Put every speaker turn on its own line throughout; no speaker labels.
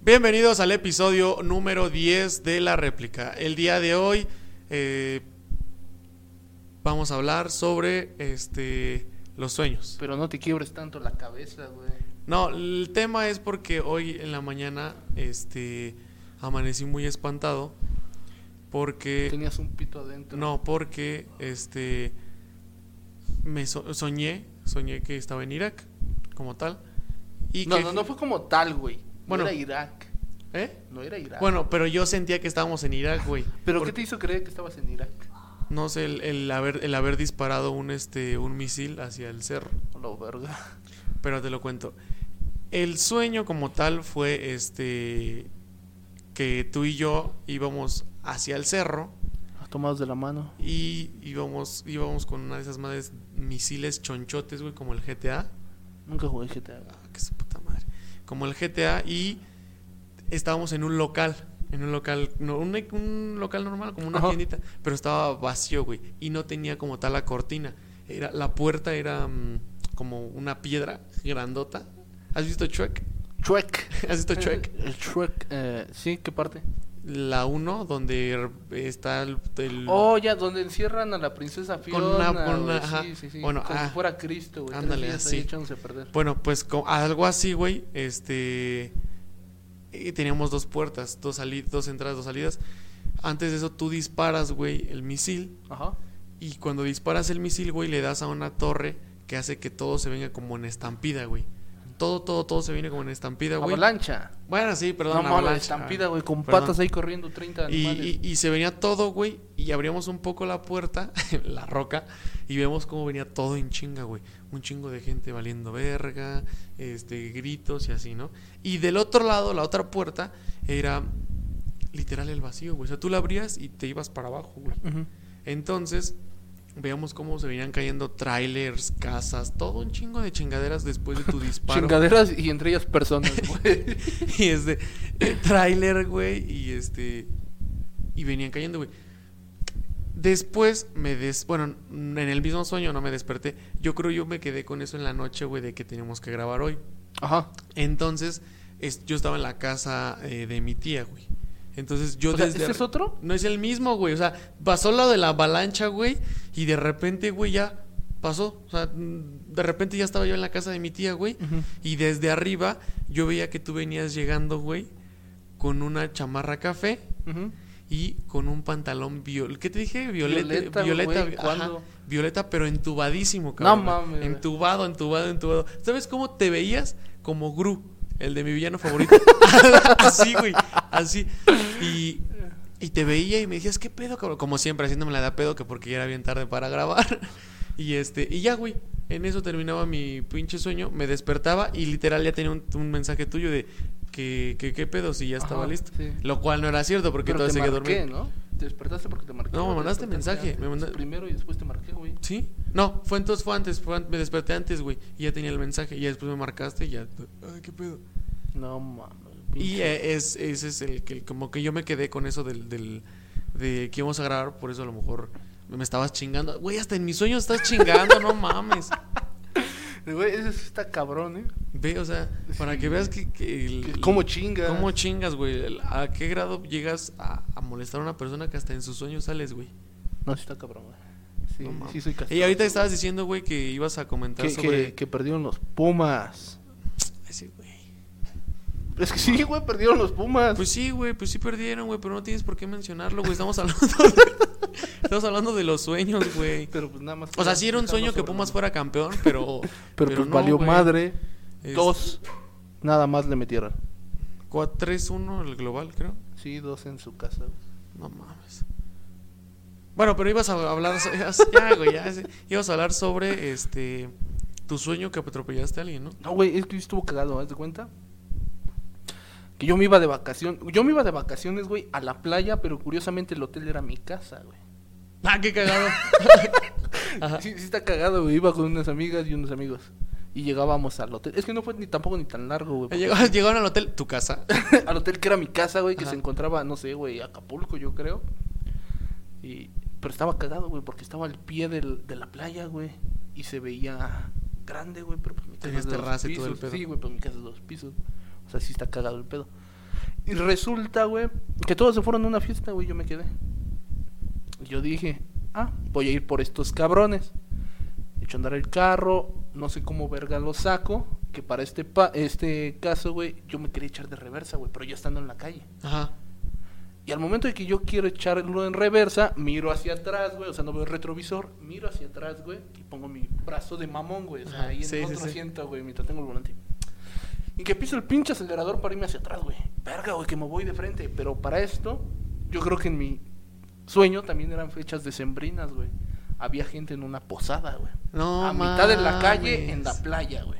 Bienvenidos al episodio número 10 de La Réplica. El día de hoy eh, vamos a hablar sobre este, los sueños.
Pero no te quiebres tanto la cabeza, güey.
No, el tema es porque hoy en la mañana este, amanecí muy espantado porque...
Tenías un pito adentro.
Eh, No, porque este me so- soñé, soñé que estaba en Irak, como tal. Y
No,
que-
no, no fue como tal, güey.
Bueno.
No era Irak.
¿Eh?
No era Irak.
Bueno, pero yo sentía que estábamos en Irak, güey.
¿Pero
Por-
qué te hizo creer que estabas en Irak?
No sé, el, el haber, el haber disparado un, este, un misil hacia el cerro.
A la verga.
Pero te lo cuento. El sueño como tal fue este que tú y yo íbamos hacia el cerro
Ah, Tomados de la mano.
y íbamos, íbamos con una de esas madres misiles chonchotes, güey, como el GTA.
Nunca jugué GTA. güey.
Ah, que su puta madre. Como el GTA y estábamos en un local, en un local, no, un, un local normal, como una
Ajá.
tiendita, pero estaba vacío, güey, y no tenía como tal la cortina. Era, la puerta era mm, como una piedra grandota. ¿Has visto Shrek?
Shrek. Eh,
¿Has visto Shrek?
El Shrek. eh, sí, ¿qué parte?
La 1, donde er, está el... el-
Oh, ya, donde encierran a la princesa Fiona.
Con una- con
güey.
una- ajá.
Sí, sí, sí.
Bueno,
como
ah.
si fuera Cristo, güey. Tres
Ándale,
días
así.
ahí echándose a perder.
Bueno, pues co- algo así, güey, este... y teníamos dos puertas, dos, sali- dos entradas, dos salidas. Antes de eso tú disparas, güey, el misil
Ajá.
Y cuando disparas el misil, güey, le das a una torre que hace que todo se venga como en estampida, güey. Todo, todo, todo se viene como en estampida, güey.
Avalancha.
Bueno, sí, perdón,
no mames,
avalancha.
estampida, güey, con
Perdón.
patas ahí corriendo 30
Y,
animales.
y- y se venía todo, güey, y abríamos un poco la puerta, la roca, y vemos cómo venía todo en chinga, güey. Un chingo de gente valiendo verga, este, gritos y así, ¿no? Y del otro lado, la otra puerta, era literal el vacío, güey. O sea, tú la abrías y te ibas para abajo, güey.
Ujú.
Entonces, veamos cómo se venían cayendo trailers, casas, todo un chingo de chingaderas después de tu disparo.
Chingaderas y entre ellas personas, güey.
y este, eh, trailer, güey, y este, y venían cayendo, güey. Después me des... Bueno, en el mismo sueño no me desperté. Yo creo yo me quedé con eso en la noche, güey, de que teníamos que grabar hoy.
Ajá.
Entonces, es- yo estaba en la casa eh, de mi tía, güey. Entonces, yo
O sea,
desde...
¿Este es
arri-
otro?
No es el mismo, güey. O sea, pasó lo de la avalancha, güey. Y de repente, güey, ya pasó. O sea, mm, de repente ya estaba yo en la casa de mi tía, güey. Y desde arriba yo veía que tú venías llegando, güey, con una chamarra café
Ujú.
y con un pantalón viol... ¿Qué te dije?
Violeta,
Violeta. Violeta,
güey,
ajá.
¿cuándo?
Violeta, pero entubadísimo,
No
cabrón.
mames, güey.
Entubado, entubado, entubado. ¿Sabes cómo te veías? Como Gru, el de mi villano favorito. así, güey. Así. Y, y te veía y me decías, ¿qué pedo, cabrón? Como siempre, haciéndome la de a pedo, que porque ya era bien tarde para grabar. y este, y ya, güey. En eso terminaba mi pinche sueño. Me despertaba y literal ya tenía un, un mensaje tuyo de que, que qué pedo si ya estaba
Ajá,
listo.
sí.
Lo cual no era cierto porque
Pero
todavía
te
seguía
marqué,
dormido.
¿no? Te despertaste porque te marqué.
No, me
¿no? Te
mandaste
despertaste
mensaje,
antes.
me manda-
Primero y después te marqué, güey.
¿Sí? No, fue entonces, fue antes, fue an- me desperté antes, güey. Y ya tenía el mensaje, y ya después me marcaste y ya... Ay, qué pedo.
No mames.
Y
pinche-
eh, es, ese es el que, como que yo me quedé con eso del, del- de que íbamos a grabar, por eso a lo mejor me estabas chingando. Güey, hasta en mis sueños estás chingando, no mames. eh.
Güey, ese sí está cabrón, ¿eh?
Ve, o sea, para que veas que... que el-
¿Cómo chingas?
¿Cómo chingas, güey? El- ¿A qué grado llegas a, a molestar a una persona que hasta en sus sueños sales, güey?
No, sí está cabrón, güey. Sí,
No mames.
sí soy castroso,
Y ahorita
güey.
estabas diciendo, güey, que ibas a comentar
Que,
sobre...
que, que perdieron los Pumas.
Ay, sí, güey.
Es que sí, güey, perdieron los Pumas.
Pues sí, güey, pues sí perdieron, güey, pero no tienes por qué mencionarlo, güey. Estamos hablando de, estamos hablando de los sueños, güey.
pero pues nada más.
O sea, sí era un sueño que
dejarlo sobre-
Pumas fuera campeón, pero
Pero, pues
no,
valió
güey.
madre.
Es
Dos. Nada más le metieron.
4 3-1 el global, creo.
Sí, dos en su casa. güey.
No mames. Bueno, pero ibas a hablar so- ya, güey, ya, sí. ibas a hablar sobre este tu sueño que atropellaste a alguien, ¿no?
No, güey, es que yo estuvo cagado, ¿haz de cuenta? Que yo me iba de vacaciones. Yo me iba de vacaciones, güey, a la playa, pero curiosamente el hotel era mi casa, güey.
Ah, qué cagado. Ajá.
Sí, sí está cagado, güey. Iba con unas amigas y unos amigos. Y llegábamos al hotel. Es que no fue ni tampoco ni tan largo, güey. porque-
Llegó- Llegaron al hotel, tu casa.
al hotel que era mi casa, güey, que
Ajá.
se encontraba, no sé, güey, Acapulco, yo creo. Y, pero estaba cagado, güey, porque estaba al pie del- de la playa, güey. Y se veía grande, güey, pero pues mi casa
Tenías
es de dos
terraza y
pisos. pues
todo el pedo.
Sí, güey, pero mi casa es de dos pisos. O sea, sí está cagado el pedo. Y resulta, güey, que todos se fueron a una fiesta, güey, yo me quedé. Yo dije, ah, voy a ir por estos cabrones. Echo a andar el carro, no sé cómo verga lo saco. Que para este, pa este caso, güey, yo me quería echar de reversa, güey, pero ya estando en la calle.
Ajá.
Y al momento de que yo quiero echarlo en reversa, miro hacia atrás, güey. O sea, no veo el retrovisor, miro hacia atrás, güey. Y pongo mi brazo de mamón, güey. O sea,
Ajá,
ahí en
sí, sí,
otro
sí.
asiento, güey, mientras tengo el volante. Y que piso el pinche acelerador para irme hacia atrás, güey. Verga, güey, que me voy de frente. Pero para esto, yo creo que en mi sueño también eran fechas decembrinas, güey. Había gente en una posada, güey.
No
a mitad de la calle,
mames.
en la playa, güey.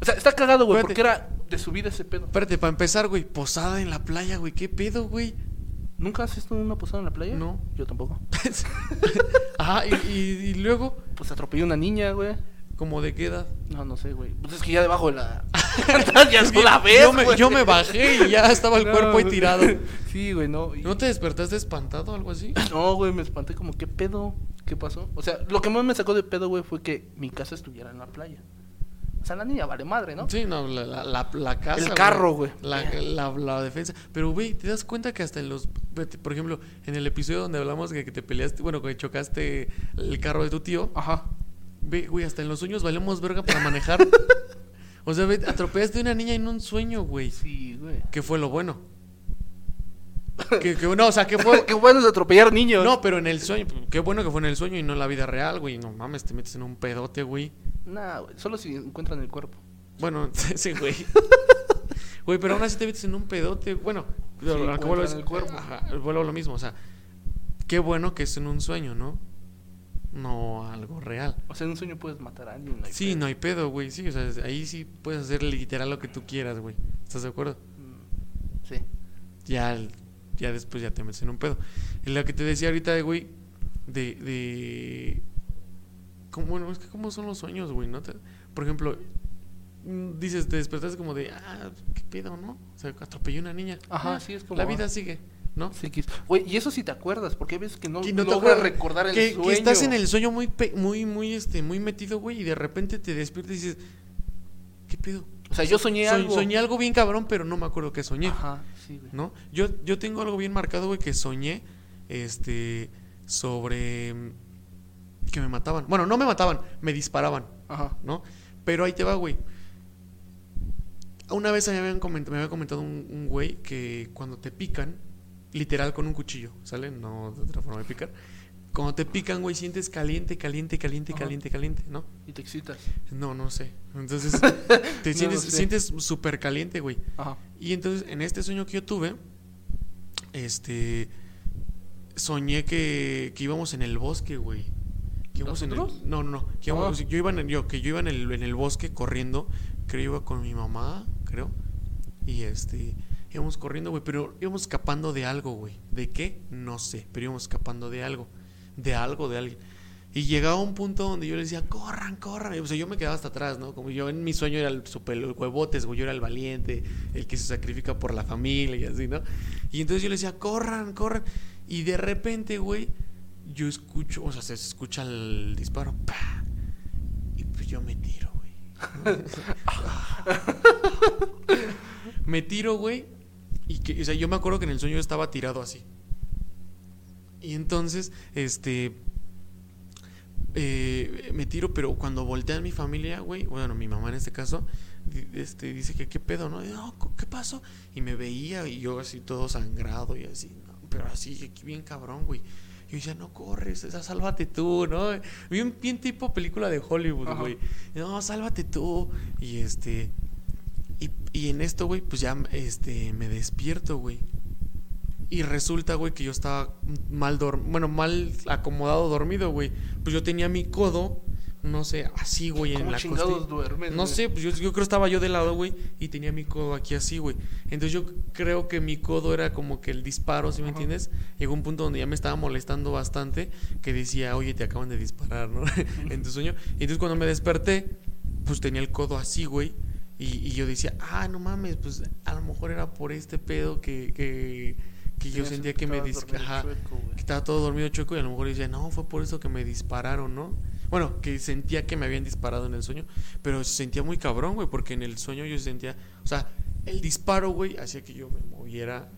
O sea, está cagado, güey,
Espérate.
porque era de subida ese pedo.
Espérate, para empezar, güey, posada en la playa, güey, ¿qué pedo, güey?
¿Nunca has estado en una posada en la playa?
No.
Yo tampoco.
Ajá, Ah, y, y- y luego,
Pues atropellé una niña, güey.
como de qué edad.
No, no sé, güey. Pues es que ya debajo de la. ya
Es que yo, me, yo me bajé y ya estaba el cuerpo ahí tirado.
Sí, güey, no. y-
¿No te despertaste espantado o algo así?
No, güey, me espanté como, ¿qué pedo? ¿Qué pasó? O sea, lo que más me sacó de pedo, güey, fue que mi casa estuviera en la playa. O sea, la niña vale madre, ¿no?
Sí, no, la, la, la- la casa.
El carro, güey.
La, la- la defensa. Pero, güey, ¿te das cuenta que hasta en los. vete, Por ejemplo, en el episodio donde hablamos de que te peleaste, bueno, que chocaste el carro de tu tío.
Ajá.
Ve, güey, hasta en los sueños valemos verga para manejar. o sea, ve, atropellaste a una niña en un sueño, güey.
Sí, güey.
¿Qué fue lo bueno? Que, que- no, o sea, ¿qué fue?
Qué bueno es atropellar niños.
No, pero en el sueño. Qué bueno que fue en el sueño y no en la vida real, güey. No mames, te metes en un pedote, güey.
Nah, güey. Solo si encuentran el cuerpo.
Bueno, sí, güey. Güey, pero aún así te metes en un pedote. Bueno,
Sí,
lo- lo que vuelvo
encuentran
es-
el cuerpo.
ajá, vuelvo a lo mismo, o sea, qué bueno que es en un sueño, ¿no? No algo real.
O sea, en un sueño puedes matar a alguien. hay
Sí,
pedo.
no hay pedo, güey. Sí, o sea, ahí sí puedes hacer literal lo que tú quieras, güey. ¿Estás de acuerdo?
Mm, Sí.
ya, el- ya después ya te metes en un pedo. En la que te decía ahorita, de, güey, de, de... Como, bueno, es que cómo son los sueños, güey, ¿no? Te- por ejemplo, mm, dices, te despertaste como de, ah, qué pedo, ¿no? O sea, atropellé una niña.
Ajá,
Ah,
sí, es como.
La vida sigue, ¿no?
Sí, quis- Güey, y eso sí te acuerdas, porque ves que no,
Que
no
te
logras
acuerdas-
recordar el
que,
sueño.
que estás en el sueño muy, pe- muy, muy, este, muy metido, güey, y de repente te despiertas y dices, ¿qué pedo?
O sea, yo soñé
Soñ-
algo.
Soñé algo bien cabrón, pero no me acuerdo qué soñé.
Ajá, sí, güey.
¿no? Yo, yo tengo algo bien marcado, güey, que soñé este, sobre mm, que me mataban. Bueno, no me mataban, me disparaban,
Ajá.
¿no? Pero ahí te va, güey. Una vez me, habían coment- me había comentado un, un güey que cuando te pican, literal con un cuchillo, ¿sale? No de otra forma de picar. Cuando te pican, güey, sientes caliente, caliente, caliente,
Ajá.
caliente, caliente, ¿no?
Y te excitas.
No, no sé. Entonces, te
No
sientes
lo sé.
sientes súper caliente, güey.
Ajá.
Y entonces, en este sueño que yo tuve, este. Soñé que, que íbamos en el bosque, güey. Que íbamos en el-
¿Nosotros?
No, no, no. que íbamos-
Ah.
Yo iba, en el, yo, que yo iba en el, en el bosque corriendo. Creo iba con mi mamá, creo. Y este. Íbamos corriendo, güey. Pero íbamos escapando de algo, güey. ¿De qué? No sé. Pero íbamos escapando de algo. De algo, de alguien. Y llegaba un punto donde yo le decía, corran, corran. Y, o sea, yo me quedaba hasta atrás, ¿no? Como yo en mi sueño era el super el huevotes, güey, yo era el valiente, el que se sacrifica por la familia y así, ¿no? Y entonces yo le decía, corran, corran. Y de repente, güey, yo escucho, o sea, se escucha el disparo, ¡pa! Y pues yo me tiro, güey. me tiro, güey. Y que, o sea, yo me acuerdo que en el sueño yo estaba tirado así. Y entonces, este. eh, me tiro, pero cuando voltean mi familia, güey, bueno, mi mamá en este caso, di- este, dice que qué pedo, ¿no? Y, "No, co- ¿qué pasó? Y me veía y yo así todo sangrado y así, ¿no? pero así, aquí bien cabrón, güey. Y yo decía, no corres, esa, sálvate tú, ¿no? Bien, bien tipo película de Hollywood,
Ajá.
güey. No, sálvate tú. Y este. Y, y en esto, güey, pues ya este, me despierto, güey. Y resulta, güey, que yo estaba mal dor- bueno, mal acomodado dormido, güey. Pues yo tenía mi codo, no sé, así, güey, en
¿Cómo
la
chingados
costilla.
duermes,
No
güey?
sé, pues yo, yo creo que estaba yo de lado, güey, y tenía mi codo aquí así, güey. Entonces yo creo que mi codo era como que el disparo, ¿sí me
Ajá.
entiendes? Llegó un punto donde ya me estaba molestando bastante, que decía, oye, te acaban de disparar, ¿no? en tu sueño. Y entonces cuando me desperté, pues tenía el codo así, güey. Y, y yo decía, ah, no mames, pues a lo mejor era por este pedo que, que, que yo
Tenías-
sentía que me
estabas dormido
discajaba
chueco, güey.
que estaba todo dormido chueco y a lo mejor decía, no, fue por eso que me dispararon, ¿no? Bueno, que sentía que me había habían disparado en el sueño, pero se sentía muy cabrón, güey, porque en el sueño yo sentía, o sea, el disparo, güey, hacía que yo me moviera.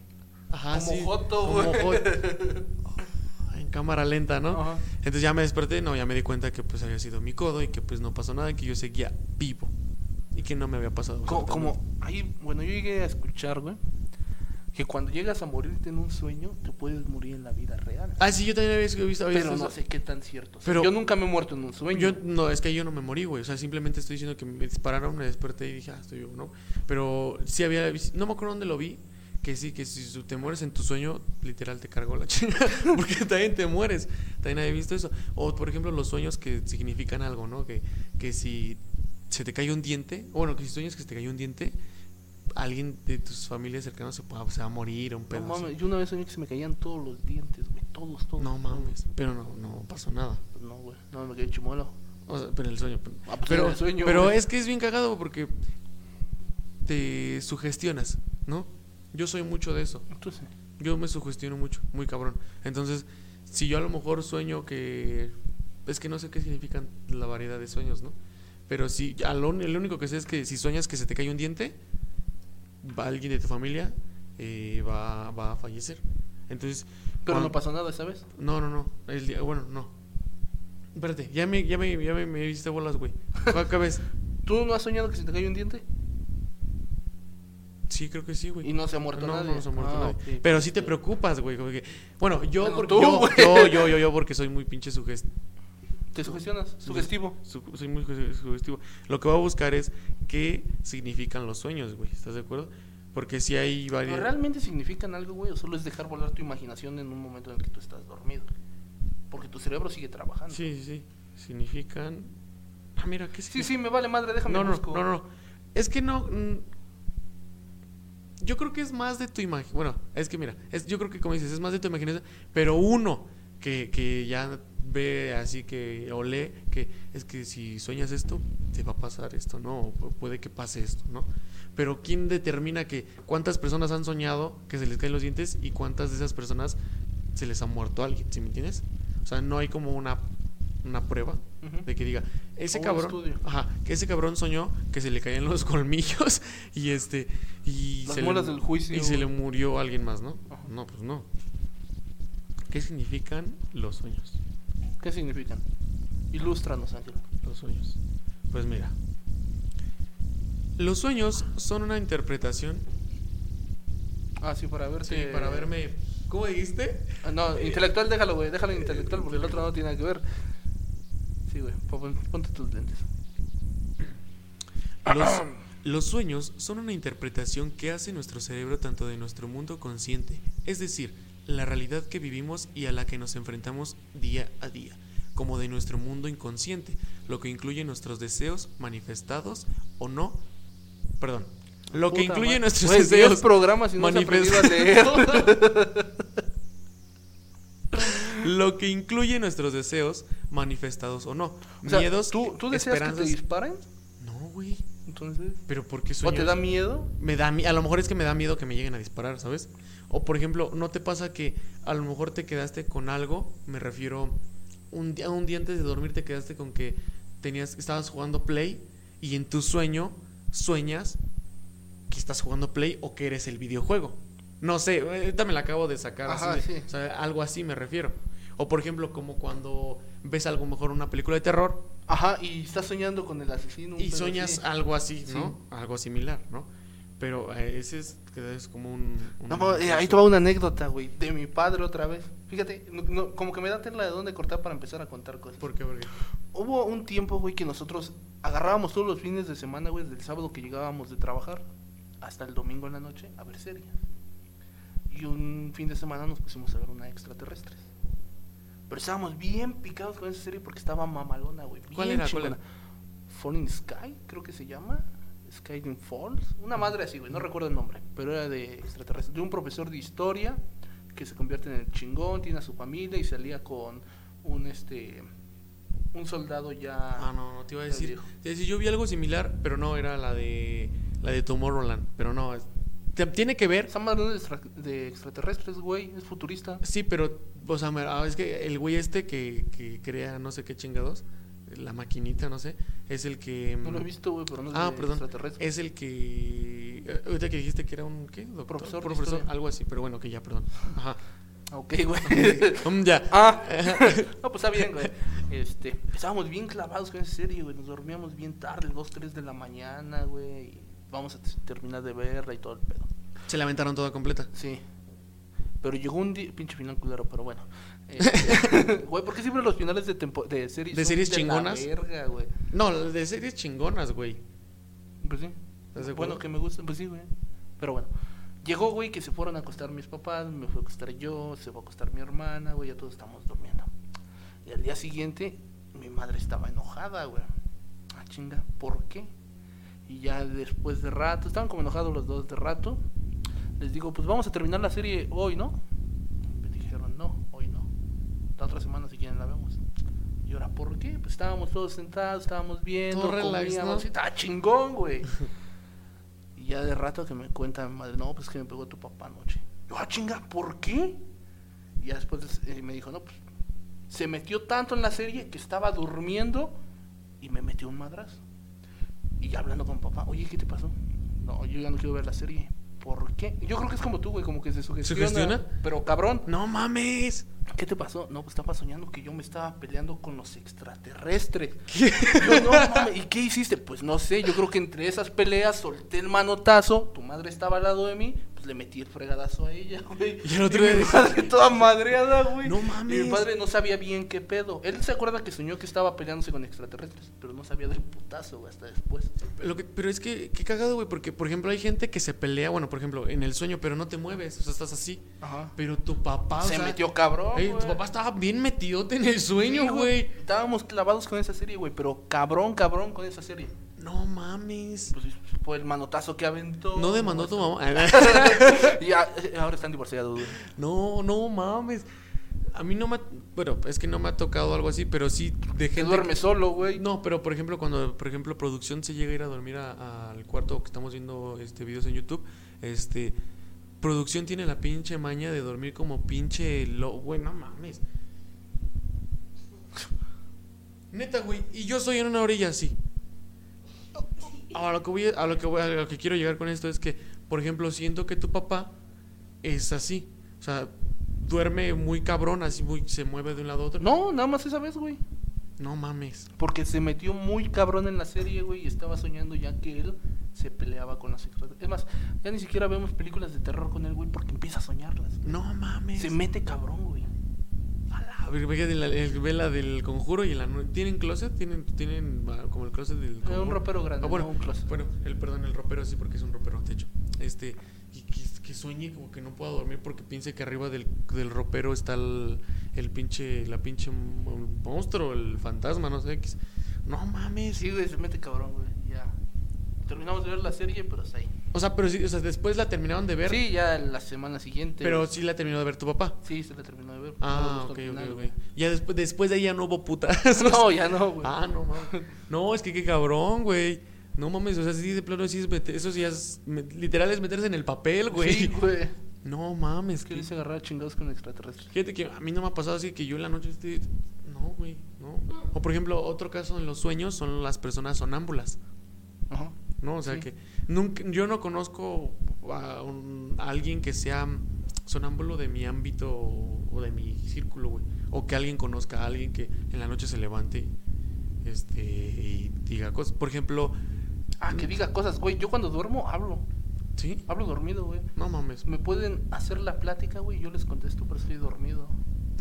Ajá,
Como
sí,
joto,
como
güey.
joto. En cámara lenta, ¿no?
Ajá.
Entonces ya me desperté, no, ya me di cuenta que pues había sido mi codo y que pues no pasó nada, que yo seguía vivo y que no me había pasado.
Co- Como,
absolutamente.
ahí, bueno, yo llegué a escuchar, güey, que cuando llegas a morirte en un sueño, te puedes morir en la vida real.
Ah, sí, yo también había visto, visto- había
pero
visto
no
eso.
sé qué tan cierto. sea.
Pero-
yo nunca me he muerto en un sueño.
Pues Yo no, es que yo no me morí, güey. O sea, simplemente estoy diciendo que me dispararon, me desperté y dije, ah, estoy vivo, ¿no? Pero sí había, vis- no me acuerdo dónde lo vi, que sí, que si tú te mueres en tu sueño, literal te cargó la chingada, porque también te mueres. También había visto eso. O por ejemplo, los sueños que significan algo, ¿no? Que, que si se te cae un diente, o bueno, que si sueñas que se te cayó un diente, alguien de tus familias cercanas se, va- se va a morir, un
no
pedo. así.
mames, yo una vez soñé que se me caían todos los dientes, güey, todos, todos.
No mames, pero no, no pasó nada.
No, güey, no me quedé chimuelo.
O sea, pero el sueño. Pero,
Ah, pues
pero,
era el sueño,
pero
güey.
es que es bien cagado porque te sugestionas, ¿no? Yo soy mucho de eso.
Entonces,
Yo me sugestiono mucho, muy cabrón. Entonces, si yo a lo mejor sueño que. Es que no sé qué significan la variedad de sueños, ¿no? Pero si. A lo, lo único que sé es que si sueñas que se te cae un diente, va alguien de tu familia eh, va, va a fallecer. Entonces.
pero no
cuan-
pasó nada esa vez.
no, no, no. El día- bueno, no. Espérate, ya me, ya me, ya me, me hiciste bolas, güey. ¿Cuál vez?
¿Tú no has soñado que se te cayó un diente?
Sí, creo que sí, güey.
Y no se ha muerto
no,
nadie.
No, no se ha muerto
Ah,
nadie.
ok.
Pero sí te preocupas, güey. como que- Bueno, yo,
Bueno,
porque,
tú,
yo,
güey.
yo, yo, yo, yo, porque soy muy pinche sugestivo.
Te sugestionas, sugestivo.
soy muy suge- sugestivo. Lo que voy a buscar es qué significan los sueños, güey. ¿Estás de acuerdo? Porque si hay
¿Pero
varias.
realmente significan algo, güey, o solo es dejar volar tu imaginación en un momento en el que tú estás dormido? Porque tu cerebro sigue trabajando.
Sí, sí, sí. Significan. Ah, mira, ¿qué
sí,
significa?
sí, me vale madre, déjame
No, no,
busco.
no, no. Es que no. mm, yo creo que es más de tu imagen. Bueno, es que mira, es, yo creo que como dices, es más de tu imaginación. Pero uno que, que ya ve así que o lee que es que si sueñas esto, te va a pasar esto, ¿no? O pu- puede que pase esto, ¿no? Pero ¿quién determina que cuántas personas han soñado que se les caen los dientes y cuántas de esas personas se les ha muerto alguien? ¿Sí me entiendes? O sea, no hay como una, una prueba
Ujú.
de que diga, ese
O un
cabrón,
estudio.
ajá, que ese cabrón soñó que se le caían los colmillos y este y
Las
se
muelas
le,
del juicio,
y se
güey.
le murió alguien más, ¿no?
Ajá.
No, pues no. ¿Qué significan los sueños?
¿Qué significan? Ilústranos, Ángel.
Los sueños. Pues mira. Los sueños son una interpretación
Ah, sí, para
sí,
verte.
para verme ¿Cómo dijiste?
Ah, no, intelectual, déjalo, güey, déjalo intelectual porque el otro no tiene nada que ver. Sí, güey, pon- ponte tus lentes.
Los, los sueños son una interpretación que hace nuestro cerebro tanto de nuestro mundo consciente, es decir, la realidad que vivimos y a la que nos enfrentamos día a día, como de nuestro mundo inconsciente, lo que incluye nuestros deseos manifestados o no, perdón, lo que
Puta
incluye
madre. Pues,
nuestros
Güey, diez
deseos
programas y no has aprendido a
manifestados-
leer.
lo que incluye nuestros deseos manifestados o no,
O sea,
miedos,
¿tú, ¿Tú deseas que te
esperanzas.
disparen?
No, güey,
Entonces.
pero ¿por qué
¿O
sueñas?
te da miedo?
me da mi- a lo mejor es que me da miedo que me lleguen a disparar, ¿sabes? O por ejemplo, ¿no te pasa que a lo mejor te quedaste con algo? Me refiero un día un día antes de dormir te quedaste con que tenías estabas jugando Play y en tu sueño sueñas que estás jugando Play o que eres el videojuego. No sé, ahorita me la acabo de sacar.
Ajá,
así de-
sí.
o sea, algo así me refiero. O por ejemplo, como cuando ves a lo mejor una película de terror
Ajá, y estás soñando con el asesino. un
y
pedo
sueñas
así.
algo así,
Sí.
¿no? Algo similar, ¿no? Pero eh, ese es, que es como un... un-
No, pero, eh, ahí te va una anécdota, güey, de mi padre otra vez. Fíjate, no- no, como que me da tela de dónde cortar para empezar a contar cosas.
¿Por qué? ¿Por qué?
Hubo un tiempo, güey, que nosotros agarrábamos todos los fines de semana, güey, del sábado que llegábamos de trabajar hasta el domingo en la noche a ver series. Y un fin de semana nos pusimos a ver una extraterrestres. Pero estábamos bien picados con esa serie porque estaba mamalona, güey.
¿Cuál
bien
era? ¿Cuál
chingona. Falling Sky, creo que se llama. Skyrim Falls. Una madre así, güey. No recuerdo el nombre. Pero era de extraterrestres. De un profesor de historia que se convierte en el chingón, tiene a su familia y salía con un este un soldado ya.
Ah, no, no, te iba a
Ya
decir...
dijo.
Te iba a decir, yo vi algo similar, pero no, era la de... La de Tomorrowland, pero no, es- te- tiene que ver...
Esa madre no es de, extra- de extraterrestres, güey. Es futurista.
Sí, pero, o sea, me- ah, es que el güey este que, que crea no sé qué chingados, la maquinita, no sé, es el que...
No lo he visto, güey, pero no es
Ah,
de
perdón.
extraterrestre.
Es el que. eh, Ahorita que dijiste que era un. ¿Qué? Doctor,
Profesor de
Profesor.
historia.
Algo así, pero bueno, que ya, perdón. Ajá.
Ah, Ok, güey.
Mm, ya.
ah, no, pues está bien, güey. Este, estábamos bien clavados con esa serie, güey. Nos dormíamos bien tarde, 2, 3 de la mañana, güey. y Vamos a t- terminar de verla y todo el pedo.
Se la aventaron toda completa.
Sí. Pero llegó un día, pinche final culero, pero bueno. Este, Güey, ¿por qué siempre los finales de, tempo- de series
¿De
son
series
la
chingonas?
verga, güey.
No, las de series chingonas, güey.
Pues sí.
¿Estás de acuerdo?
Bueno, que me gustan, pues sí, güey. Pero bueno. Llegó, güey, que se fueron a acostar mis papás, me fue a acostar yo, se fue a acostar mi hermana, güey, ya todos estamos durmiendo. Y al día siguiente, mi madre estaba enojada, güey. Ah, chinga, ¿por qué? Y ya después de rato, estaban como enojados los dos de rato, les digo, pues vamos a terminar la serie hoy, ¿no? Me dijeron, no, hoy no. La otra semana si quieren la vemos. Y ahora, ¿por qué? Pues estábamos todos sentados, estábamos viendo,
Todo relax,
comíamos,
¿no?
está chingón, güey. y ya de rato que me cuentan, madre, no, pues que me pegó tu papá anoche. Yo, ah, chinga, ¿por qué? Y ya después eh, me dijo, no, pues se metió tanto en la serie que estaba durmiendo y me metió un madrazo. Y ya hablando con papá, oye, ¿qué te pasó? No, yo ya no quiero ver la serie. ¿Por qué? Yo creo que es como tú, güey, como que se sugestiona.
¿Sugestiona?
Pero cabrón,
No mames.
¿qué te pasó? No, pues estaba soñando que yo me estaba peleando con los extraterrestres.
¿Qué?
Yo, no, mames, ¿y qué hiciste? Pues no sé, yo creo que entre esas peleas solté el manotazo, tu madre estaba al lado de mí, pues le metí el fregadazo a ella, güey.
Y el otro
mi
día-
madre toda madreada, güey.
No
Y
mames.
mi padre no sabía bien qué pedo. Él se acuerda que soñó que estaba peleándose con extraterrestres, pero no sabía del putazo, güey, hasta después.
Lo que- pero es que, qué cagado, güey, porque, por ejemplo, hay gente que se pelea, bueno, por ejemplo, en el sueño, pero no te mueves, o sea, estás así.
Ajá.
Pero tu papá, o
Se
sea,
metió cabrón.
ey, tu
güey.
papá estaba bien metidote en el
Sí,
sueño, güey.
Estábamos clavados con esa serie, güey, pero cabrón, cabrón con esa serie.
No mames.
Pues fue el manotazo que aventó.
¿No demandó tu mamá?
y a- eh, ahora están divorciados, güey.
No, no mames. A mí no me. ha- Bueno, es que no me ha tocado algo así, pero sí de
Que
gente.
duerme solo, güey.
No, pero por ejemplo, cuando por ejemplo producción se llega a ir a dormir a- al cuarto que estamos viendo este videos en YouTube, este. Producción tiene la pinche maña de dormir como pinche lo. Güey, no mames. Neta, güey. Y yo soy en una orilla así. A lo que voy, a lo que voy- a lo que quiero llegar con esto es que, por ejemplo, siento que tu papá es así. O sea, duerme muy cabrón, así muy, se mueve de un lado a otro.
No, nada más esa vez, güey.
No mames.
Porque se metió muy cabrón en la serie, güey, y estaba soñando ya que él se peleaba con los extraterrestres. Es más, ya ni siquiera vemos películas de terror con él, güey, porque empieza a soñarlas.
No mames.
Se mete cabrón, güey.
A ver, ve la, el- ve la del conjuro y la nu- ¿Tienen closet? ¿Tienen, tienen ah, como el closet del
Era
conjuro?
Eh, un ropero grande,
Ah, bueno,
no un closet.
bueno, el perdón, el ropero sí, porque es un ropero techo. Este, y que, que sueñe como que no pueda dormir porque piense que arriba del, del ropero está el, el pinche, la pinche mon- monstruo, el fantasma, no sé qué. es. No mames.
Sí, güey, se mete cabrón, güey. Ya. Terminamos de ver la serie, pero está ahí.
O sea, pero sí, o sea, después la terminaron de ver,
Sí, ya la semana siguiente.
pero sí la terminó de ver tu papá.
Sí, se la terminó de ver.
Ah,
No
ok,
le
ok,
gustó al final,
ok.
güey.
Ya después, después de ahí ya no hubo putas.
No, ya no, güey.
Ah, no mames. No, es que qué cabrón, güey. No mames, o sea, sí, de plano, sí es meter- eso sí es, me- literal es meterse en el papel, güey.
Sí, güey.
No mames.
Es que
que-
dice agarrar a chingados con extraterrestres.
Fíjate que a mí no me ha pasado así que yo en la noche esté... No, güey, no. O por ejemplo, otro caso en los sueños son las personas sonámbulas,
Ajá.
¿no? O sea
Sí.
que nunca, yo no conozco a, un- a alguien que sea sonámbulo de mi ámbito o de mi círculo, güey. O que alguien conozca a alguien que en la noche se levante este, y diga cosas. Por ejemplo,
Ah, que diga cosas, güey. Yo cuando duermo hablo.
¿sí?
Hablo dormido, güey. Pues,
No mames.
Me pueden hacer la plática, güey. y Yo les contesto, pero estoy dormido.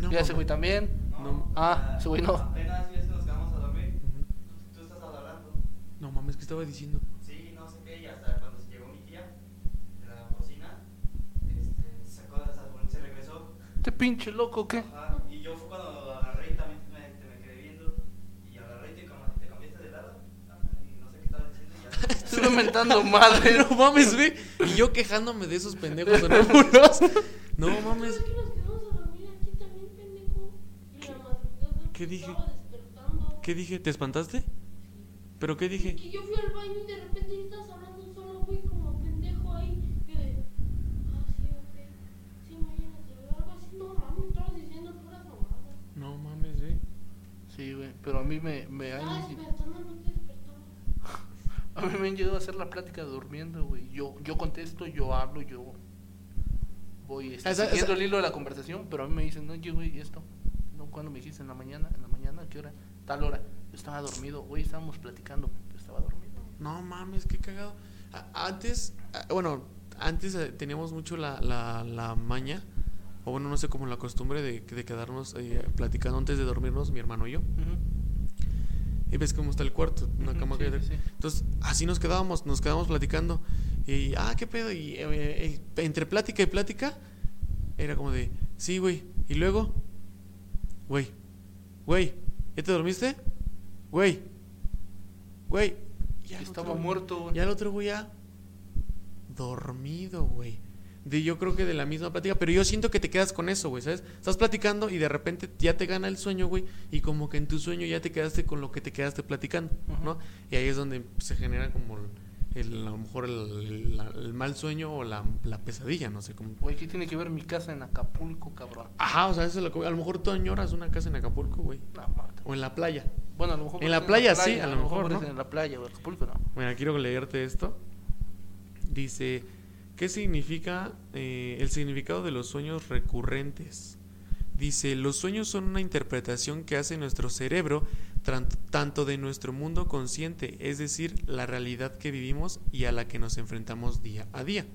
No,
ya ese
mames.
güey también.
No.
Ah, ese güey no.
Apenas ya se nos quedamos a dormir.
Ujú.
Tú estás hablando.
No mames, ¿qué estaba diciendo?
Sí, no sé qué. Y hasta cuando llegó mi tía de la cocina, este, sacó las almohadas, se regresó.
Este pinche loco, ¿qué?
Ajá, y yo fue cuando lo agarré y también me, te me quedé viendo. Y agarré y te, cam- te cambiaste de lado. Ah, y no sé qué estabas diciendo. Y ya.
Estoy mentando madre.
no mames, güey. Y yo quejándome de esos pendejos sonámbulos. No mames.
que nos quedamos a dormir aquí también, pendejo. Y la madrugada
qué dije?
estaba despertando.
¿Qué dije? ¿Te espantaste? ¿Pero qué
Es
dije?
Que yo fui al baño y de repente ya estás hablando solo, güey, como pendejo ahí. Que de. Ah, sí, ok. Sí, mañana te veo. Algo así, no mames, estabas diciendo puras mamadas.
No mames, güey.
Sí, güey. pero a mí me, me han,
Estaba despertando, no te despertaba.
a mí me han llegado a hacer la plática durmiendo, güey. Yo, yo contesto, yo hablo, yo voy este,
Esa-
siguiendo
esa-
el hilo de la conversación, pero a mí me dicen, oye, güey, esto, no, ¿cuándo me dijiste? ¿En la mañana? ¿En la mañana? ¿A qué hora? Tal hora. Yo estaba dormido, güey, estábamos platicando, yo estaba dormido.
No mames, qué cagado. A- Antes, a- bueno, antes eh, teníamos mucho la, la, la maña, o bueno, no sé, como la costumbre de, de quedarnos eh, platicando antes de dormirnos, mi hermano y yo. Y ves cómo está el cuarto, una
Ujú,
cama
sí,
que-
sí, sí.
Entonces, así nos quedábamos, nos quedábamos platicando. Y, ah, qué pedo. Y eh, eh, entre plática y plática, era como de, sí, güey. Y luego, güey, güey, ¿ya te dormiste? Güey, güey. Y al
estaba
otro-
muerto, güey.
Y al otro, güey, ya dormido, güey. De, yo creo que de la misma plática, pero yo siento que te quedas con eso, güey, ¿sabes? Estás platicando y de repente ya te gana el sueño, güey, y como que en tu sueño ya te quedaste con lo que te quedaste platicando,
Ajá.
¿no? Y ahí es donde se genera como el, el- a lo mejor el, la- el mal sueño o la, la pesadilla, no sé cómo.
Güey, ¿qué tiene que ver mi casa en Acapulco, cabrón?
Ajá, o sea, eso es lo que- a lo mejor tú añoras una casa en Acapulco, güey,
No, mames.
o en la playa.
Bueno, a lo mejor.
En la
parece
playa, sí, a lo mejor,
parece
¿no?
En la playa, güey, Acapulco, no.
Mira, quiero leerte esto. Dice, ¿qué significa eh, el significado de los sueños recurrentes? Dice, los sueños son una interpretación que hace nuestro cerebro tran- tanto de nuestro mundo consciente, es decir, la realidad que vivimos y a la que nos enfrentamos día a día,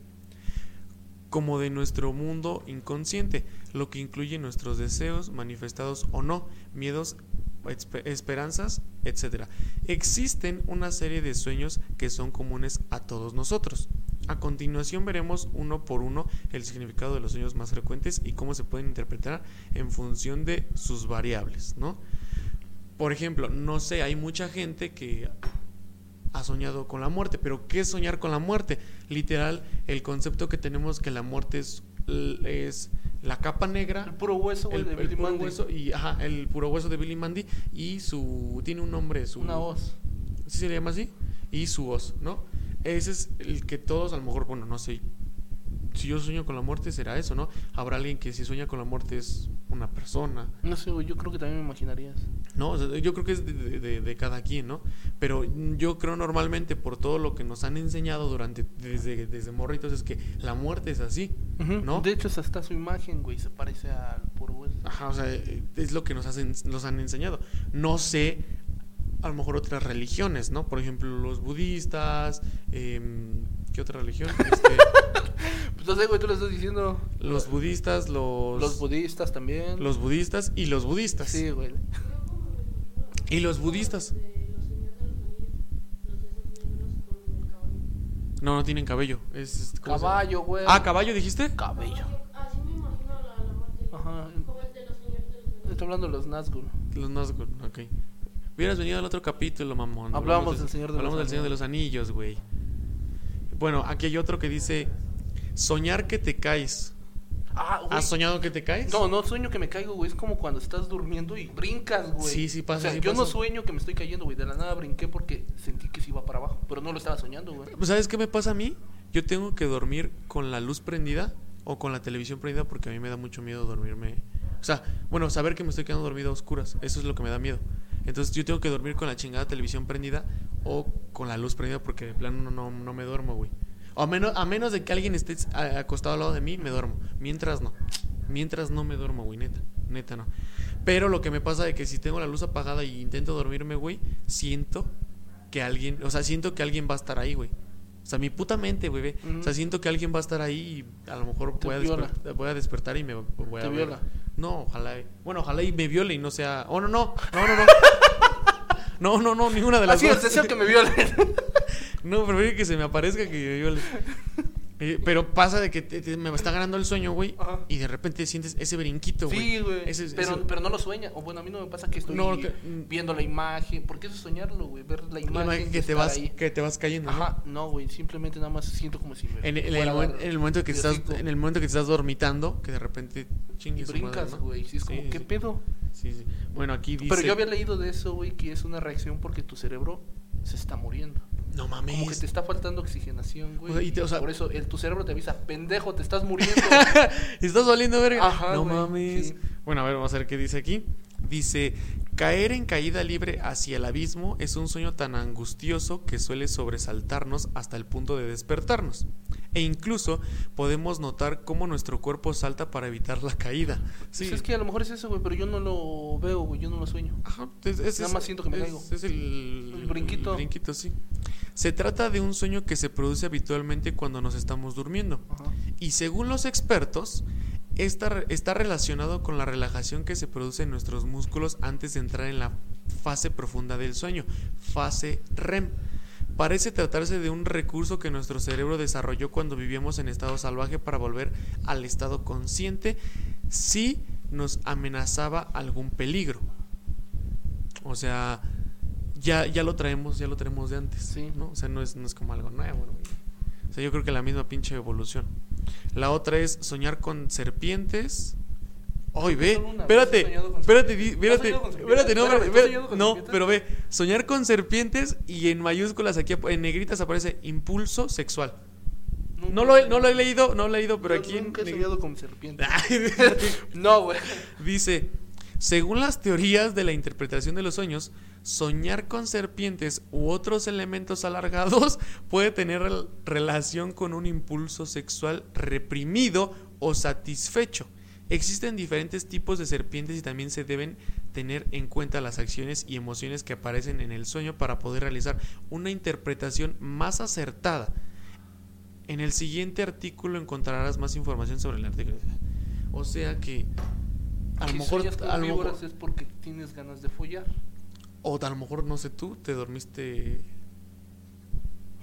como de nuestro mundo inconsciente, lo que incluye nuestros deseos, manifestados o no, miedos, expe- esperanzas, etcétera. Existen una serie de sueños que son comunes a todos nosotros. A continuación veremos uno por uno el significado de los sueños más frecuentes y cómo se pueden interpretar en función de sus variables, ¿no? Por ejemplo, no sé, hay mucha gente que ha soñado con la muerte, pero ¿qué es soñar con la muerte? Literal, el concepto que tenemos que la muerte es, es la capa negra
El puro hueso, güey,
el,
de
el
Billy
puro
Mandy.
hueso y ajá, el puro hueso de Billy Mandy y su tiene un nombre, su
Una voz.
¿sí se le llama así? Y su voz, ¿no? Ese es el que todos a lo mejor, bueno, no sé. Si yo sueño con la muerte será eso, ¿no? Habrá alguien que si sueña con la muerte es una persona,
No sé, güey, yo creo que también me imaginarías.
¿no? O sea, yo creo que es de, de- de- de cada quien, ¿no? Pero yo creo normalmente por todo lo que nos han enseñado durante desde desde morritos es que la muerte es así, ¿no?
De hecho, es hasta su imagen, güey, se parece al puro hueso.
Ajá, o sea, eh, es lo que nos, hacen, nos han enseñado. No sé, a lo mejor otras religiones, ¿no? Por ejemplo, los budistas, em, ¿qué otra religión? Este,
Pues no sé, güey, tú le estás diciendo.
los budistas, los,
Los, budistas también.
los budistas y los budistas.
Sí, güey.
Yo como me imagino
Y los budistas.
de los señores de los anillos, los de esos negros con el caballo.
No, no tienen cabello. Es, es- ¿cómo se llama?
Caballo, güey.
Ah, caballo dijiste.
Cabello.
Así me imagino la, la muerte.
Ajá.
Como el de los señores de los anillos.
Estoy hablando de los Nazgûl.
Los Nazgûl, ok. Hubieras venido al otro capítulo, mamón.
Hablábamos del Señor de los
hablamos del Señor de los Anillos, güey. Bueno, aquí hay otro que dice, soñar que te caes.
Ah, güey.
¿Has soñado que te caes?
No, no sueño que me caigo, güey. Es como cuando estás durmiendo y brincas, güey.
Sí, sí pasa,
O sea,
sí
yo no
pasa.
sueño que me estoy cayendo, güey. De la nada brinqué porque sentí que se iba para abajo. Pero no lo estaba soñando, güey.
Pues, ¿Sabes qué me pasa a mí? Yo tengo que dormir con la luz prendida o con la televisión prendida porque a mí me da mucho miedo dormirme. O sea, bueno, saber que me estoy quedando dormido a oscuras, eso es lo que me da miedo. Entonces yo tengo que dormir con la chingada televisión prendida o con la luz prendida porque de plano no, no, no me duermo, güey. O a menos, a menos de que alguien esté a- acostado al lado de mí, me duermo. Mientras no. Mientras no me duermo, güey, neta. Neta no. Pero lo que me pasa es que si tengo la luz apagada y intento dormirme, güey, siento que alguien, o sea, siento que alguien va a estar ahí, güey. O sea, mi puta mente, güey. ve. O sea,
Ujú.
siento que alguien va a estar ahí y a lo mejor
Te
voy a,
viola.
desper- voy a despertar y me voy a
Te
ver.
viola.
No, ojalá. eh. Bueno, ojalá y me viole y no sea. Oh, no, no. No, no, no. No, no, no, ninguna de las
Así
dos. Este
es, deseo que me violen.
No, prefiero que se me aparezca que yo le- Eh, pero pasa de que te- te- me está ganando el sueño, güey.
Ajá.
Y de repente sientes ese brinquito, güey.
Sí, güey.
Ese- ese-
Pero, pero no lo sueña. O bueno, a mí no me pasa que estoy
No, que- mm.
viendo la imagen. ¿Por qué eso es soñarlo, güey? Ver la
la
imagen.
imagen
de
que te
estar
vas,
ahí.
que te vas cayendo. ¿no?
Ajá, no, güey. Simplemente nada más siento como si me.
En, en el,
fuera a
momen-
dar
en el momento que estás,
Diosito.
en el momento que te estás dormitando, que de repente
Y
chingues.
brincas, güey. Sí, es como, ¿qué pedo?
Bueno, aquí dice.
Pero yo había leído de eso, güey, que es una reacción porque tu cerebro se está muriendo.
No
Como que
mames.
te está faltando oxigenación, güey.
O sea, y te- o sea-
por eso el, tu cerebro te avisa, pendejo, te estás muriendo.
Estás valiendo verga.
Ajá,
no
güey,
mames.
sí.
Bueno, a ver, vamos a ver qué dice aquí. Dice Caer en caída libre hacia el abismo es un sueño tan angustioso que suele sobresaltarnos hasta el punto de despertarnos. E incluso podemos notar cómo nuestro cuerpo salta para evitar la caída. Sí.
Pues es que a lo mejor es eso, güey, pero yo no lo veo, güey, yo no lo sueño.
Ajá, es- es-
Nada
es-
más siento que me
es-
caigo.
Es el,
El brinquito.
el brinquito, sí. Se trata de un sueño que se produce habitualmente cuando nos estamos durmiendo.
Ajá.
Y según los expertos, esta re- está relacionado con la relajación que se produce en nuestros músculos antes de entrar en la fase profunda del sueño, fase REM. Parece tratarse de un recurso que nuestro cerebro desarrolló cuando vivíamos en estado salvaje para volver al estado consciente si nos amenazaba algún peligro. O sea, ya, ya lo traemos, ya lo traemos de antes,
Sí.
¿no? O sea, no es, no es como algo nuevo. güey. O sea, yo creo que la misma pinche evolución. La otra es soñar con serpientes. Ay, ve,
Solo una vez
espérate,
he soñado con
espérate, di-
serpientes.
espérate,
¿No has soñado con
espérate,
serpientes?
no,
Espérame,
espérate,
¿no has soñado con
no,
serpientes?
pero ve, soñar con serpientes y en mayúsculas aquí, ap- en negritas aparece impulso sexual. No lo, he, no lo he leído, no lo he leído, pero
Yo
aquí en Ah.
Nunca he
neg-
soñado con serpientes.
Ay,
no, güey.
Dice, según las teorías de la interpretación de los sueños, soñar con serpientes u otros elementos alargados puede tener rel- relación con un impulso sexual reprimido o satisfecho. Existen diferentes tipos de serpientes y también se deben tener en cuenta las acciones y emociones que aparecen en el sueño para poder realizar una interpretación más acertada. En el siguiente artículo encontrarás más información sobre el artículo. O sea que a lo
Si
mejor,
sueñas con
a lo mejor-
víboras es porque tienes ganas de follar.
o a lo mejor no sé tú, te dormiste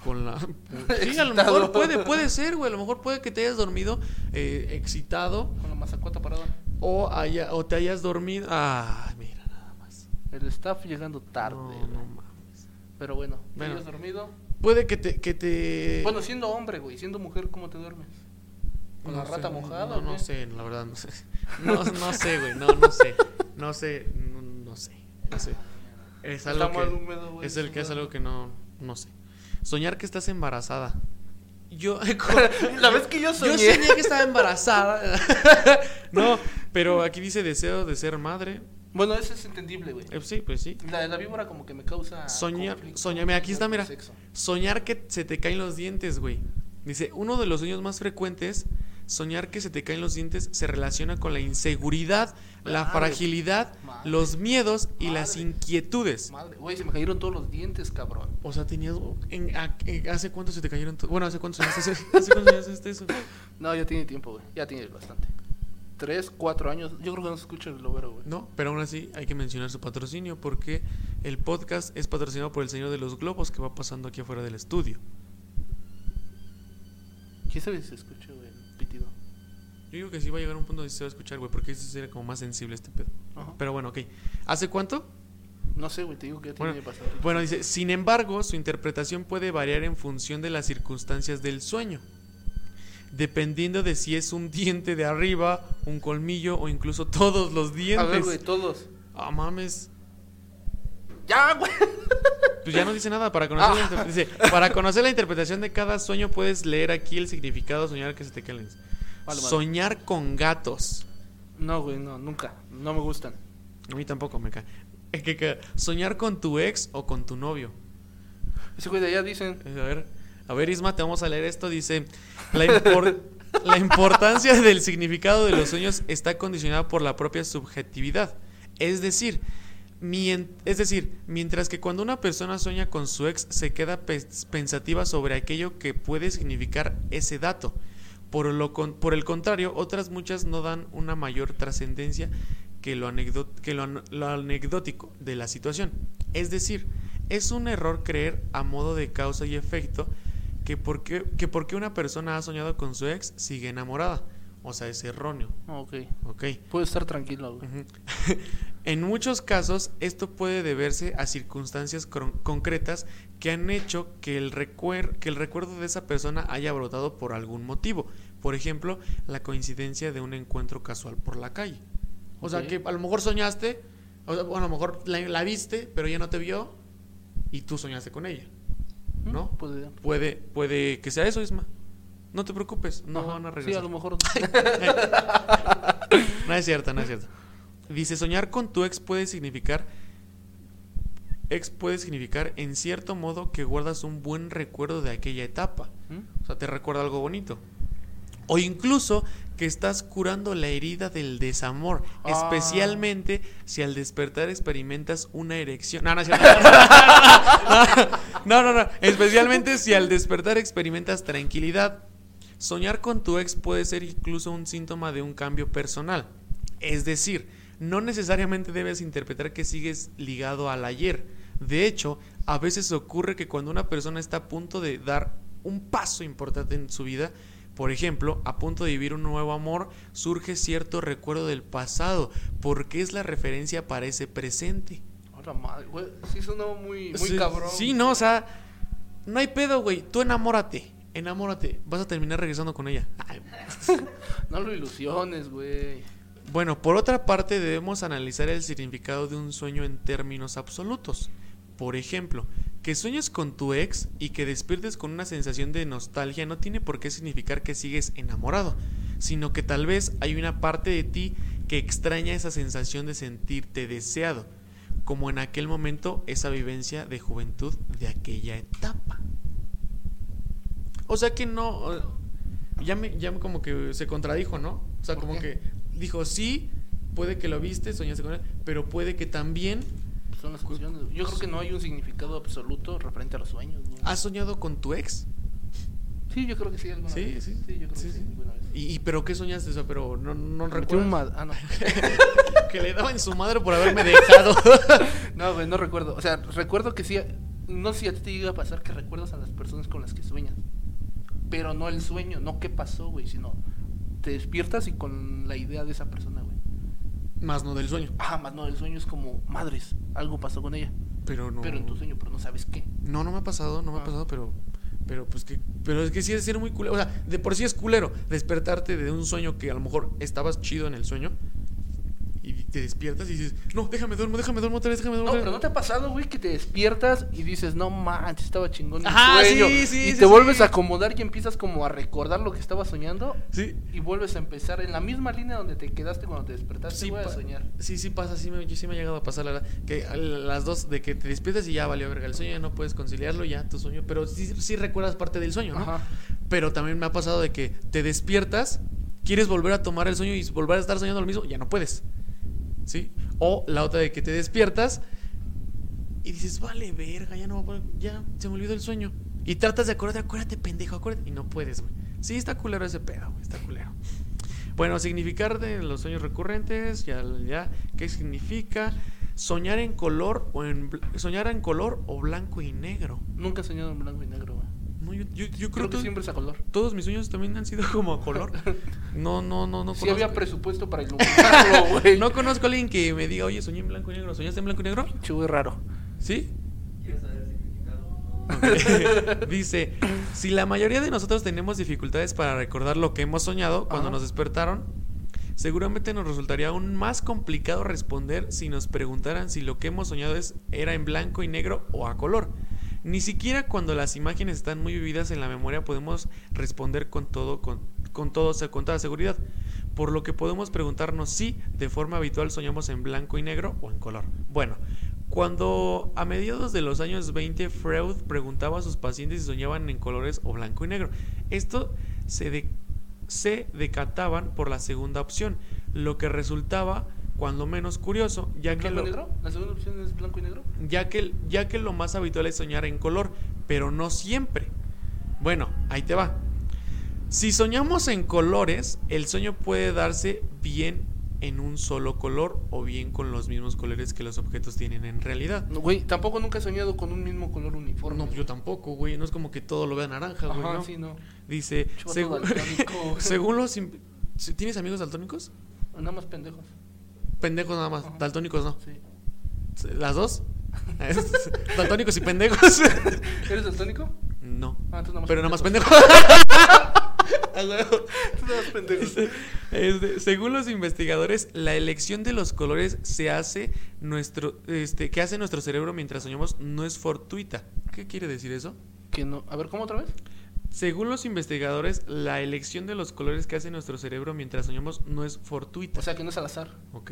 con la Sí, a lo
Excitado.
mejor puede puede ser, güey, a lo mejor puede que te hayas dormido eh, excitado
Con la mazacuata parada.
o haya o te hayas dormido. Ah, mira nada más.
El staff llegando tarde.
No,
güey.
no mames.
Pero bueno, ¿te
Bueno. Eh.
hayas dormido?
Puede que te que te
Bueno, siendo hombre, güey, siendo mujer, ¿cómo te duermes? ¿Con la
sé,
rata mojada?
No,
o
no
qué?
sé, la verdad no sé. No, no sé, güey, no no sé. No sé, no, no sé. No sé. Es
Está
algo que
mal húmedo, güey,
es el que es
chingada.
algo que no no sé. Soñar que estás embarazada. Yo
La vez que yo soñé.
Yo soñé que estaba embarazada. no, pero aquí dice deseo de ser madre.
Bueno, eso es entendible, güey.
Eh, sí, pues sí.
La de la víbora como que me causa
Soñar-
conflicto.
soñar- mira, aquí está, mira.
Sexo.
Soñar que se te caen los dientes, güey. Dice, uno de los sueños más frecuentes, soñar que se te caen los dientes se relaciona con la inseguridad, la
Madre.
fragilidad,
Madre.
los miedos y las
Madre.
inquietudes.
Madre, güey, se me cayeron todos los dientes, cabrón.
O sea, tenías... en- a- en- ¿Hace cuánto se te cayeron? to- Bueno, ¿hace cuánto soñaste, eso? ¿hace cuánto soñaste eso?
No, ya tiene tiempo, güey. Ya tiene bastante. Tres, cuatro años. Yo creo que no se escucha el lobero, güey.
No, pero aún así hay que mencionar su patrocinio porque el podcast es patrocinado por el Señor de los Globos que va pasando aquí afuera del estudio.
¿Quién sabe si se escucha, güey, el pitido?
Yo digo que sí va a llegar un punto donde se va a escuchar, güey, porque eso sería como más sensible este pedo.
Ajá.
Pero bueno, ok. ¿Hace cuánto?
No sé, güey, te digo que ya tiene
Bueno,
bastante.
bueno, dice, sin embargo, su interpretación puede variar en función de las circunstancias del sueño. Dependiendo de si es un diente de arriba, un colmillo o incluso todos los
A ver, güey,
dientes.
todos.
Ah, mames.
¡Ya, güey!
Pues ya no dice nada. Para conocer, la,
Ah.
inter- dice, para conocer la interpretación de cada sueño, puedes leer aquí el significado soñar que se te calen.
Vale, vale.
Soñar con gatos.
No, güey, no, nunca. No me gustan.
A mí tampoco me cae. Es que, que- soñar con tu ex o con tu novio.
Ese güey de allá dicen.
A ver, a ver, Isma, te vamos a leer esto. Dice, la, impor- la importancia del significado de los sueños está condicionada por la propia subjetividad. Es decir, mien- es decir, mientras que cuando una persona sueña con su ex, se queda pes- pensativa sobre aquello que puede significar ese dato. Por, lo con- por el contrario, otras muchas no dan una mayor trascendencia que, lo, anecdo- que lo, an- lo anecdótico de la situación. Es decir, es un error creer a modo de causa y efecto que porque, que porque una persona ha soñado con su ex sigue enamorada. O sea, es erróneo.
Ah, ok.
Ok.
Puedo estar tranquilo, güey.
Ujú. en muchos casos, esto puede deberse a circunstancias cron- concretas que han hecho que el, recuer- que el recuerdo de esa persona haya brotado por algún motivo. Por ejemplo, la coincidencia de un encuentro casual por la calle. O sea,
Ok.
que a lo mejor soñaste, o sea, bueno, a lo mejor la, la viste, pero ella no te vio y tú soñaste con ella.
¿Mm?
¿No?
Puede.
Puede, puede que sea eso, Isma. No te preocupes, no
Ajá.
van a
Sí, a
regresar.
lo mejor.
No es cierto, no es cierto. Dice, soñar con tu ex puede significar ex puede significar en cierto modo que guardas un buen recuerdo de aquella etapa.
¿Mm?
O sea, te recuerda algo bonito. O incluso que estás curando la herida del desamor,
Ah.
especialmente si al despertar experimentas una erección. No, no, es cierto. no, no, no. Especialmente si al despertar experimentas tranquilidad. Soñar con tu ex puede ser incluso un síntoma de un cambio personal. Es decir, no necesariamente debes interpretar que sigues ligado al ayer. De hecho, a veces ocurre que cuando una persona está a punto de dar un paso importante en su vida, por ejemplo, a punto de vivir un nuevo amor, surge cierto recuerdo del pasado, porque es la referencia para ese presente.
Hola madre, güey. Sí sonó muy, muy
Sí,
cabrón.
Sí, no, o sea, no hay pedo, güey. Tú enamórate, enamórate. Vas a terminar regresando con ella. Ay,
No lo ilusiones, güey.
Bueno, por otra parte debemos analizar el significado de un sueño en términos absolutos. Por ejemplo, que sueñes con tu ex y que despiertes con una sensación de nostalgia no tiene por qué significar que sigues enamorado, sino que tal vez hay una parte de ti que extraña esa sensación de sentirte deseado, como en aquel momento esa vivencia de juventud de aquella etapa. O sea que no. eh, Ya me, ya me como que se contradijo, ¿no? O sea,
¿Por
como
qué?
que dijo, sí, puede que lo viste, soñaste con él, pero puede que también
Son las canciones. güey. Yo creo que no hay un significado absoluto referente a los sueños, güey.
has soñado con tu ex.
Sí, yo creo que sí alguna
Sí,
vez.
sí,
yo creo
sí,
que sí,
sí.
alguna vez.
¿Y, y pero qué soñaste? O sea, pero no, no
Me metí un
recuerdo.
ma- Ah, no.
que le daban su madre por haberme dejado.
No, güey, no recuerdo. O sea, recuerdo que sí. No sé si a ti te llega a pasar que recuerdas a las personas con las que sueñas. Pero no el sueño, no qué pasó, güey, sino te despiertas y con la idea de esa persona, güey.
Más no del sueño.
Ah, más no, el sueño es como, madres, algo pasó con ella.
Pero no.
Pero en tu sueño, pero no sabes qué.
No, no me ha pasado, no me
Ah.
ha pasado, pero. Pero pues que. Pero es que sí es ser muy culero. O sea, de por sí es culero despertarte de un sueño que a lo mejor estabas chido en el sueño. Y te despiertas y dices, no, déjame duermo, déjame duermo otra vez, déjame
No,
duermo.
pero ¿no te ha pasado, güey, que te despiertas y dices, no manches, estaba chingón mi
Ajá,
sueño?
sí, sí,
y
sí,
te vuelves
sí.
a acomodar y empiezas como a recordar lo que estabas soñando
Sí.
y vuelves a empezar en la misma línea donde te quedaste cuando te despertaste,
Sí,
güey, a
pa-
soñar.
sí, sí pasa, sí me, sí me ha llegado a pasar la verdad, que a las dos de que te despiertas y ya valió verga el sueño, ya no puedes conciliarlo, ya tu sueño, pero sí, sí recuerdas parte del sueño, ¿no?
Ajá.
Pero también me ha pasado de que te despiertas, quieres volver a tomar el sueño y volver a estar soñando lo mismo, ya no puedes. ¿Sí? O la otra de que te despiertas y dices, vale, verga, ya no va a poder- ya se me olvidó el sueño. Y tratas de acordarte, acuérdate, pendejo, acuérdate. Y no puedes, güey. Sí, está culero ese pedo, güey, está culero. Bueno, significar de los sueños recurrentes, ya, ya, ¿qué significa? Soñar en color o en bl- soñar en color o blanco y negro.
Nunca he soñado en blanco y negro, güey.
No, yo, yo- yo creo,
Creo, que,
todo-
siempre es a color.
todos mis sueños también han sido como a color. No, no, no, no.
Si
conozco-
había presupuesto para iluminarlo, güey.
No conozco a alguien que me diga, oye, soñé en blanco y negro. ¿Soñaste en blanco y negro?
Chivo es raro.
¿Sí?
¿Quieres saber el significado?
Dice, si la mayoría de nosotros tenemos dificultades para recordar lo que hemos soñado cuando
Ajá.
nos despertaron, seguramente nos resultaría aún más complicado responder si nos preguntaran si lo que hemos soñado es, era en blanco y negro o a color. Ni siquiera cuando las imágenes están muy vividas en la memoria podemos responder con todo, con, con todo, con toda seguridad. Por lo que podemos preguntarnos si de forma habitual soñamos en blanco y negro o en color. Bueno, cuando a mediados de los años 20 Freud preguntaba a sus pacientes si soñaban en colores o blanco y negro. Esto se, de- se decataban por la segunda opción, lo que resultaba cuando menos curioso, ya que, lo,
¿Blanco y negro? ¿La segunda opción es blanco y negro?
ya, que, ya que lo más habitual es soñar en color, pero no siempre. Bueno, ahí te va. Si soñamos en colores, el sueño puede darse bien en un solo color o bien con los mismos colores que los objetos tienen en realidad.
No, güey, tampoco nunca he soñado con un mismo color uniforme.
No, pues yo tampoco, güey. No es como que todo lo vea naranja, güey.
Ajá,
¿no?
sí, no.
Dice,
Choto
según,
daltónico.
según los... in- ¿Tienes amigos daltónicos?
Nada más pendejos.
Pendejos nada más,
Ajá.
daltónicos no.
Sí.
¿Las dos? "Eh, daltónicos y pendejos.
¿Eres daltónico?
no.
Ah, tú nada más
Pero nada más
pendejos.
pendejos.
Tú nada más pendejos.
Dice, este, según los investigadores, la elección de los colores se hace nuestro, este, que hace nuestro cerebro mientras soñamos no es fortuita. ¿Qué quiere decir eso?
Que no. A ver, ¿cómo otra vez?
Según los investigadores, la elección de los colores que hace nuestro cerebro mientras soñamos no es fortuita.
O sea, que no es al azar.
Ok.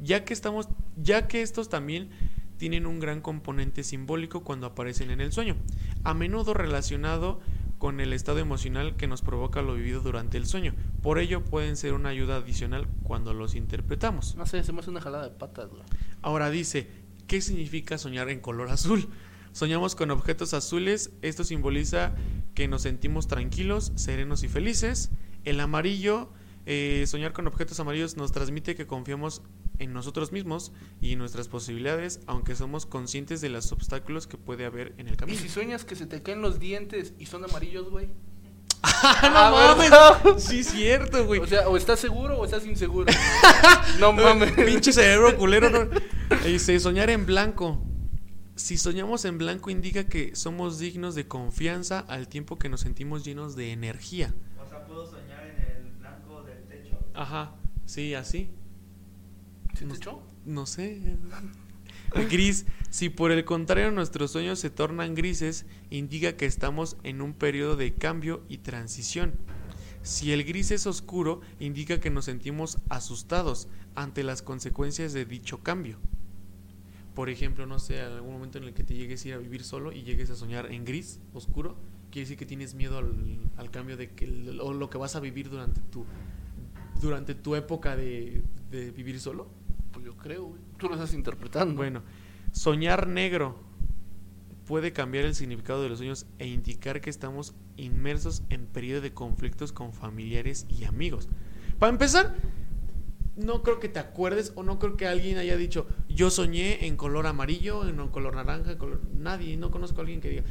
Ya que estamos, ya que estos también tienen un gran componente simbólico cuando aparecen en el sueño, a menudo relacionado con el estado emocional que nos provoca lo vivido durante el sueño. Por ello pueden ser una ayuda adicional cuando los interpretamos.
No sé, se me hace una jalada de patas, güey.
Ahora dice, ¿qué significa soñar en color azul? Soñamos con objetos azules, esto simboliza que nos sentimos tranquilos, serenos y felices. El amarillo, eh, soñar con objetos amarillos nos transmite que confiamos en nosotros mismos y en nuestras posibilidades, aunque somos conscientes de los obstáculos que puede haber en el
Y
camino.
si sueñas que se te caen los dientes y son amarillos, güey.
¡Ah,
Ah,
no mames! Sí, cierto, güey.
O sea, o estás seguro o estás inseguro. no mames.
Pinche cerebro culero. ¿no? Dice, soñar en blanco. Si soñamos en blanco indica que somos dignos de confianza al tiempo que nos sentimos llenos de energía.
O sea, puedo soñar en el blanco del techo.
Ajá, sí, así.
¿Se te echó?
No sé. Gris, si por el contrario nuestros sueños se tornan grises, indica que estamos en un periodo de cambio y transición. Si el gris es oscuro, indica que nos sentimos asustados ante las consecuencias de dicho cambio. Por ejemplo, no sé, algún momento en el que te llegues a ir a vivir solo y llegues a soñar en gris, oscuro, quiere decir que tienes miedo al, al cambio de que, o lo que vas a vivir durante tu, durante tu época de- de vivir solo.
Pues yo creo, güey. Tú lo estás interpretando.
Bueno, soñar negro puede cambiar el significado de los sueños e indicar que estamos inmersos en periodo de conflictos con familiares y amigos. Para empezar, no creo que te acuerdes o no creo que alguien haya dicho, yo soñé en color amarillo, en color naranja, en color... nadie, no conozco a alguien que diga,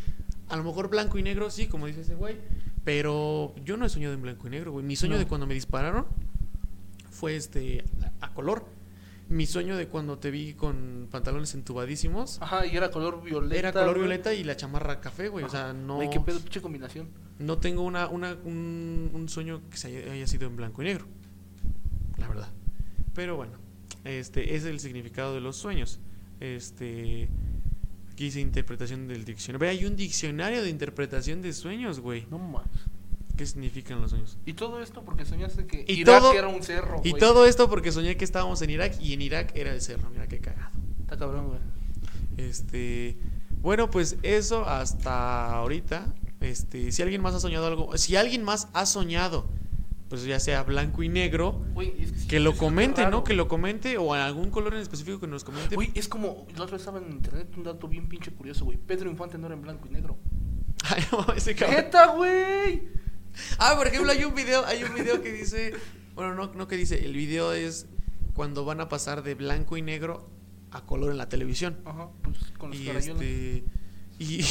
a lo mejor blanco y negro, sí, como dice ese güey, pero yo no he soñado en blanco y negro, güey. Mi sueño
No.
de cuando me dispararon fue este a, a color. Mi sueño de cuando te vi con pantalones entubadísimos
Ajá, y era color violeta.
era color
Ah, güey.
violeta y la chamarra café, güey. O sea, no,
Güey, qué pedo, pinche combinación.
no tengo una, una, un, un sueño que se haya, haya sido en blanco y negro. La verdad. Pero bueno, este es el significado de los sueños. Este. Aquí dice interpretación del diccionario. Ve, hay un diccionario de interpretación de sueños, güey.
No mames.
¿Qué significan los sueños?
Y todo esto porque soñaste que
Y
Irak
todo-
era un cerro.
Y
güey.
todo esto porque soñé que estábamos en Irak y en Irak era el cerro. Mira qué cagado.
Está cabrón, güey.
Este, bueno, pues eso hasta ahorita. Este, si alguien más ha soñado algo, si alguien más ha soñado, pues ya sea blanco y negro,
Güey, es que, sí,
que lo
es algo
comente,
raro,
¿no? Que
güey.
lo comente o algún color en específico que nos comente.
Güey, es como. La otra vez estaba en internet un dato bien pinche curioso, güey. Pedro Infante no era en blanco y negro.
Ay, no mames, ese cabrón.
¡Neta, güey!
Ah, por ejemplo, hay un video, hay un video que dice, bueno, no, no que dice, el video es cuando van a pasar de blanco y negro a color en la televisión.
Ajá, pues con los
y
carayones.
este y,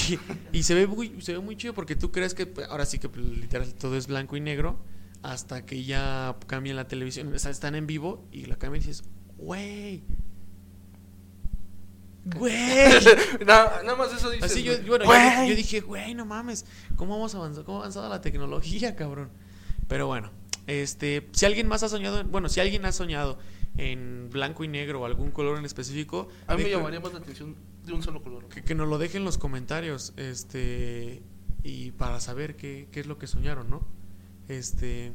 y se ve muy se ve muy chido porque tú crees que pues, ahora sí que pues, literal todo es blanco y negro hasta que ya cambian la televisión o sea, están en vivo y la cambian y dices güey güey
Nada, nada más eso dices.
así yo bueno
güey.
yo-
Güey.
yo, dije güey no mames cómo hemos avanzado cómo ha avanzado la tecnología cabrón pero bueno este si alguien más ha soñado en- bueno si alguien ha soñado en blanco y negro o algún color en específico
A mí me
deja-
llamaría más la atención de un solo color.
que, que nos lo dejen en los comentarios, este, y para saber qué, qué es lo que soñaron, ¿no? Este,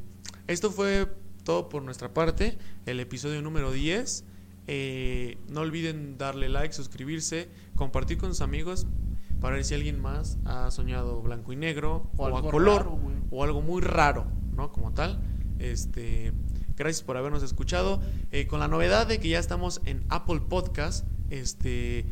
esto fue todo por nuestra parte, el episodio número 10. Eh, no olviden darle like, suscribirse, compartir con sus amigos para ver si alguien más ha soñado blanco y negro o, a
algo
color
raro, güey.
o algo muy raro, ¿no? Como tal. Este, gracias por habernos escuchado. Eh, con la novedad de que ya estamos en Apple Podcast, este,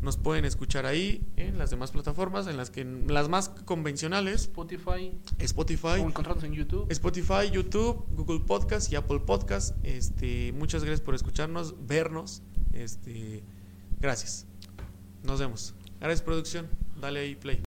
nos pueden escuchar ahí, en las demás plataformas, en las que las más convencionales,
Spotify.
Spotify,
O encontrarnos en YouTube.
Spotify, YouTube, Google Podcast y Apple Podcast. Este, muchas gracias por escucharnos, vernos. Este, gracias. Nos vemos. Gracias producción. Dale ahí play.